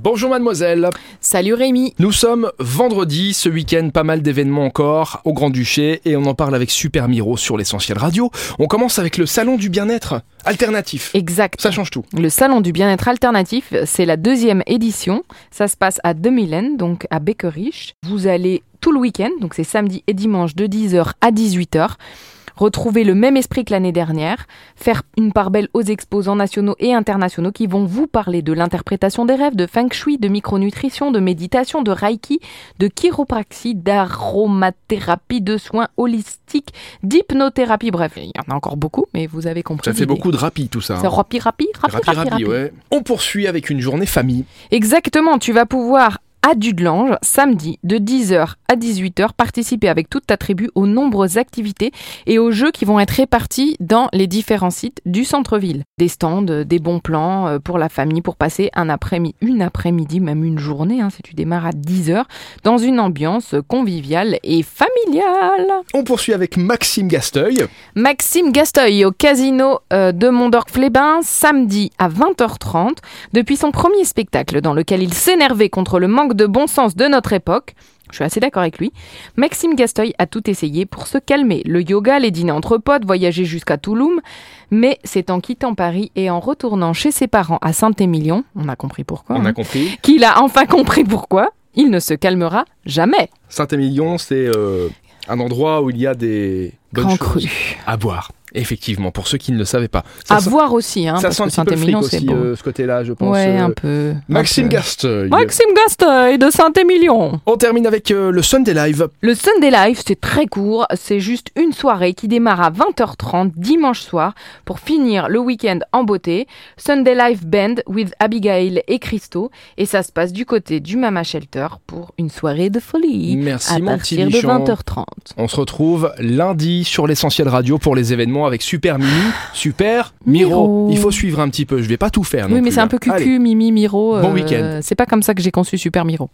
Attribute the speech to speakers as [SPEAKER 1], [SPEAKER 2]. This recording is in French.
[SPEAKER 1] Bonjour mademoiselle,
[SPEAKER 2] Salut Rémi
[SPEAKER 1] nous sommes vendredi, ce week-end pas mal d'événements encore au Grand-Duché et on en parle avec Super Miro sur l'essentiel radio. On commence avec le salon du bien-être alternatif.
[SPEAKER 2] Exact.
[SPEAKER 1] Ça change tout.
[SPEAKER 2] Le Salon du bien-être alternatif, c'est la deuxième édition. Ça se passe à Demilen, donc à Beckerich. Vous allez tout le week-end, donc c'est samedi et dimanche de 10h à 18h. Retrouver le même esprit que l'année dernière, faire une part belle aux exposants nationaux et internationaux qui vont vous parler de l'interprétation des rêves, de feng shui, de micronutrition, de méditation, de reiki, de chiropraxie, d'aromathérapie, de soins holistiques, d'hypnothérapie. Bref, il y en a encore beaucoup, mais vous avez compris.
[SPEAKER 1] Ça fait
[SPEAKER 2] l'idée.
[SPEAKER 1] beaucoup de rapide tout ça.
[SPEAKER 2] C'est
[SPEAKER 1] hein.
[SPEAKER 2] rapi, rapi, Ah. rapi, rapi, rapi.
[SPEAKER 1] ouais. On poursuit avec une journée famille.
[SPEAKER 2] Exactement, tu vas pouvoir à Dudelange, samedi, de 10h à 18h, participer avec toute ta tribu aux nombreuses activités et aux jeux qui vont être répartis dans les différents sites du centre-ville. Des stands, euh, des bons plans euh, pour la famille, pour passer un après-midi, une après-midi, même une journée, hein, si tu démarres à 10h, dans une ambiance conviviale et familiale.
[SPEAKER 1] On poursuit avec Maxime Gasteuil.
[SPEAKER 2] Maxime Gasteuil au casino euh, de Mondorf-les-Bains samedi à 20h30 depuis son premier spectacle dans lequel il s'énervait contre le manque de bon sens de notre époque. Je suis assez d'accord avec lui. Maxime Gasteuil a tout essayé pour se calmer. Le yoga, les dîners entre potes, voyager jusqu'à Touloum. Mais c'est en quittant Paris et en retournant chez ses parents à Saint-Émilion, on a compris pourquoi,
[SPEAKER 1] On
[SPEAKER 2] hein,
[SPEAKER 1] a compris.
[SPEAKER 2] qu'il a enfin compris pourquoi. Il ne se calmera jamais.
[SPEAKER 1] Saint-Émilion, c'est euh, un endroit où il y a des bonnes
[SPEAKER 2] Grand
[SPEAKER 1] choses
[SPEAKER 2] cru.
[SPEAKER 1] à boire. Effectivement, pour ceux qui ne le savaient pas. Ça
[SPEAKER 2] À
[SPEAKER 1] sent,
[SPEAKER 2] voir aussi, hein,
[SPEAKER 1] ça
[SPEAKER 2] parce
[SPEAKER 1] sent
[SPEAKER 2] que
[SPEAKER 1] un petit peu le fric
[SPEAKER 2] Saint-Émilion, c'est
[SPEAKER 1] aussi,
[SPEAKER 2] beau.
[SPEAKER 1] euh, ce côté-là, je pense.
[SPEAKER 2] ouais, un
[SPEAKER 1] euh,
[SPEAKER 2] peu.
[SPEAKER 1] Maxime
[SPEAKER 2] un peu.
[SPEAKER 1] Gasteuil.
[SPEAKER 2] Maxime Gasteuil de Saint-Émilion.
[SPEAKER 1] On termine avec euh, le Sunday Live.
[SPEAKER 2] Le Sunday Live, c'est très court, c'est juste une soirée qui démarre à 20h30 dimanche soir pour finir le week-end en beauté. Sunday Live Band with Abigail et Christo. Et ça se passe du côté du Mama Shelter pour une soirée de folie
[SPEAKER 1] Merci
[SPEAKER 2] à
[SPEAKER 1] mon petit
[SPEAKER 2] partir de
[SPEAKER 1] bichon.
[SPEAKER 2] 20h30.
[SPEAKER 1] On se retrouve lundi sur l'essentiel radio pour les événements avec Super Mimi, Super Miro.
[SPEAKER 2] Miro.
[SPEAKER 1] Il faut suivre un petit peu, je vais pas tout faire. Ah, non
[SPEAKER 2] Oui, mais
[SPEAKER 1] plus,
[SPEAKER 2] c'est
[SPEAKER 1] hein.
[SPEAKER 2] un peu cucu,
[SPEAKER 1] Allez,
[SPEAKER 2] Mimi, Miro. euh,
[SPEAKER 1] Bon week-end.
[SPEAKER 2] C'est pas comme ça que j'ai conçu Super Miro.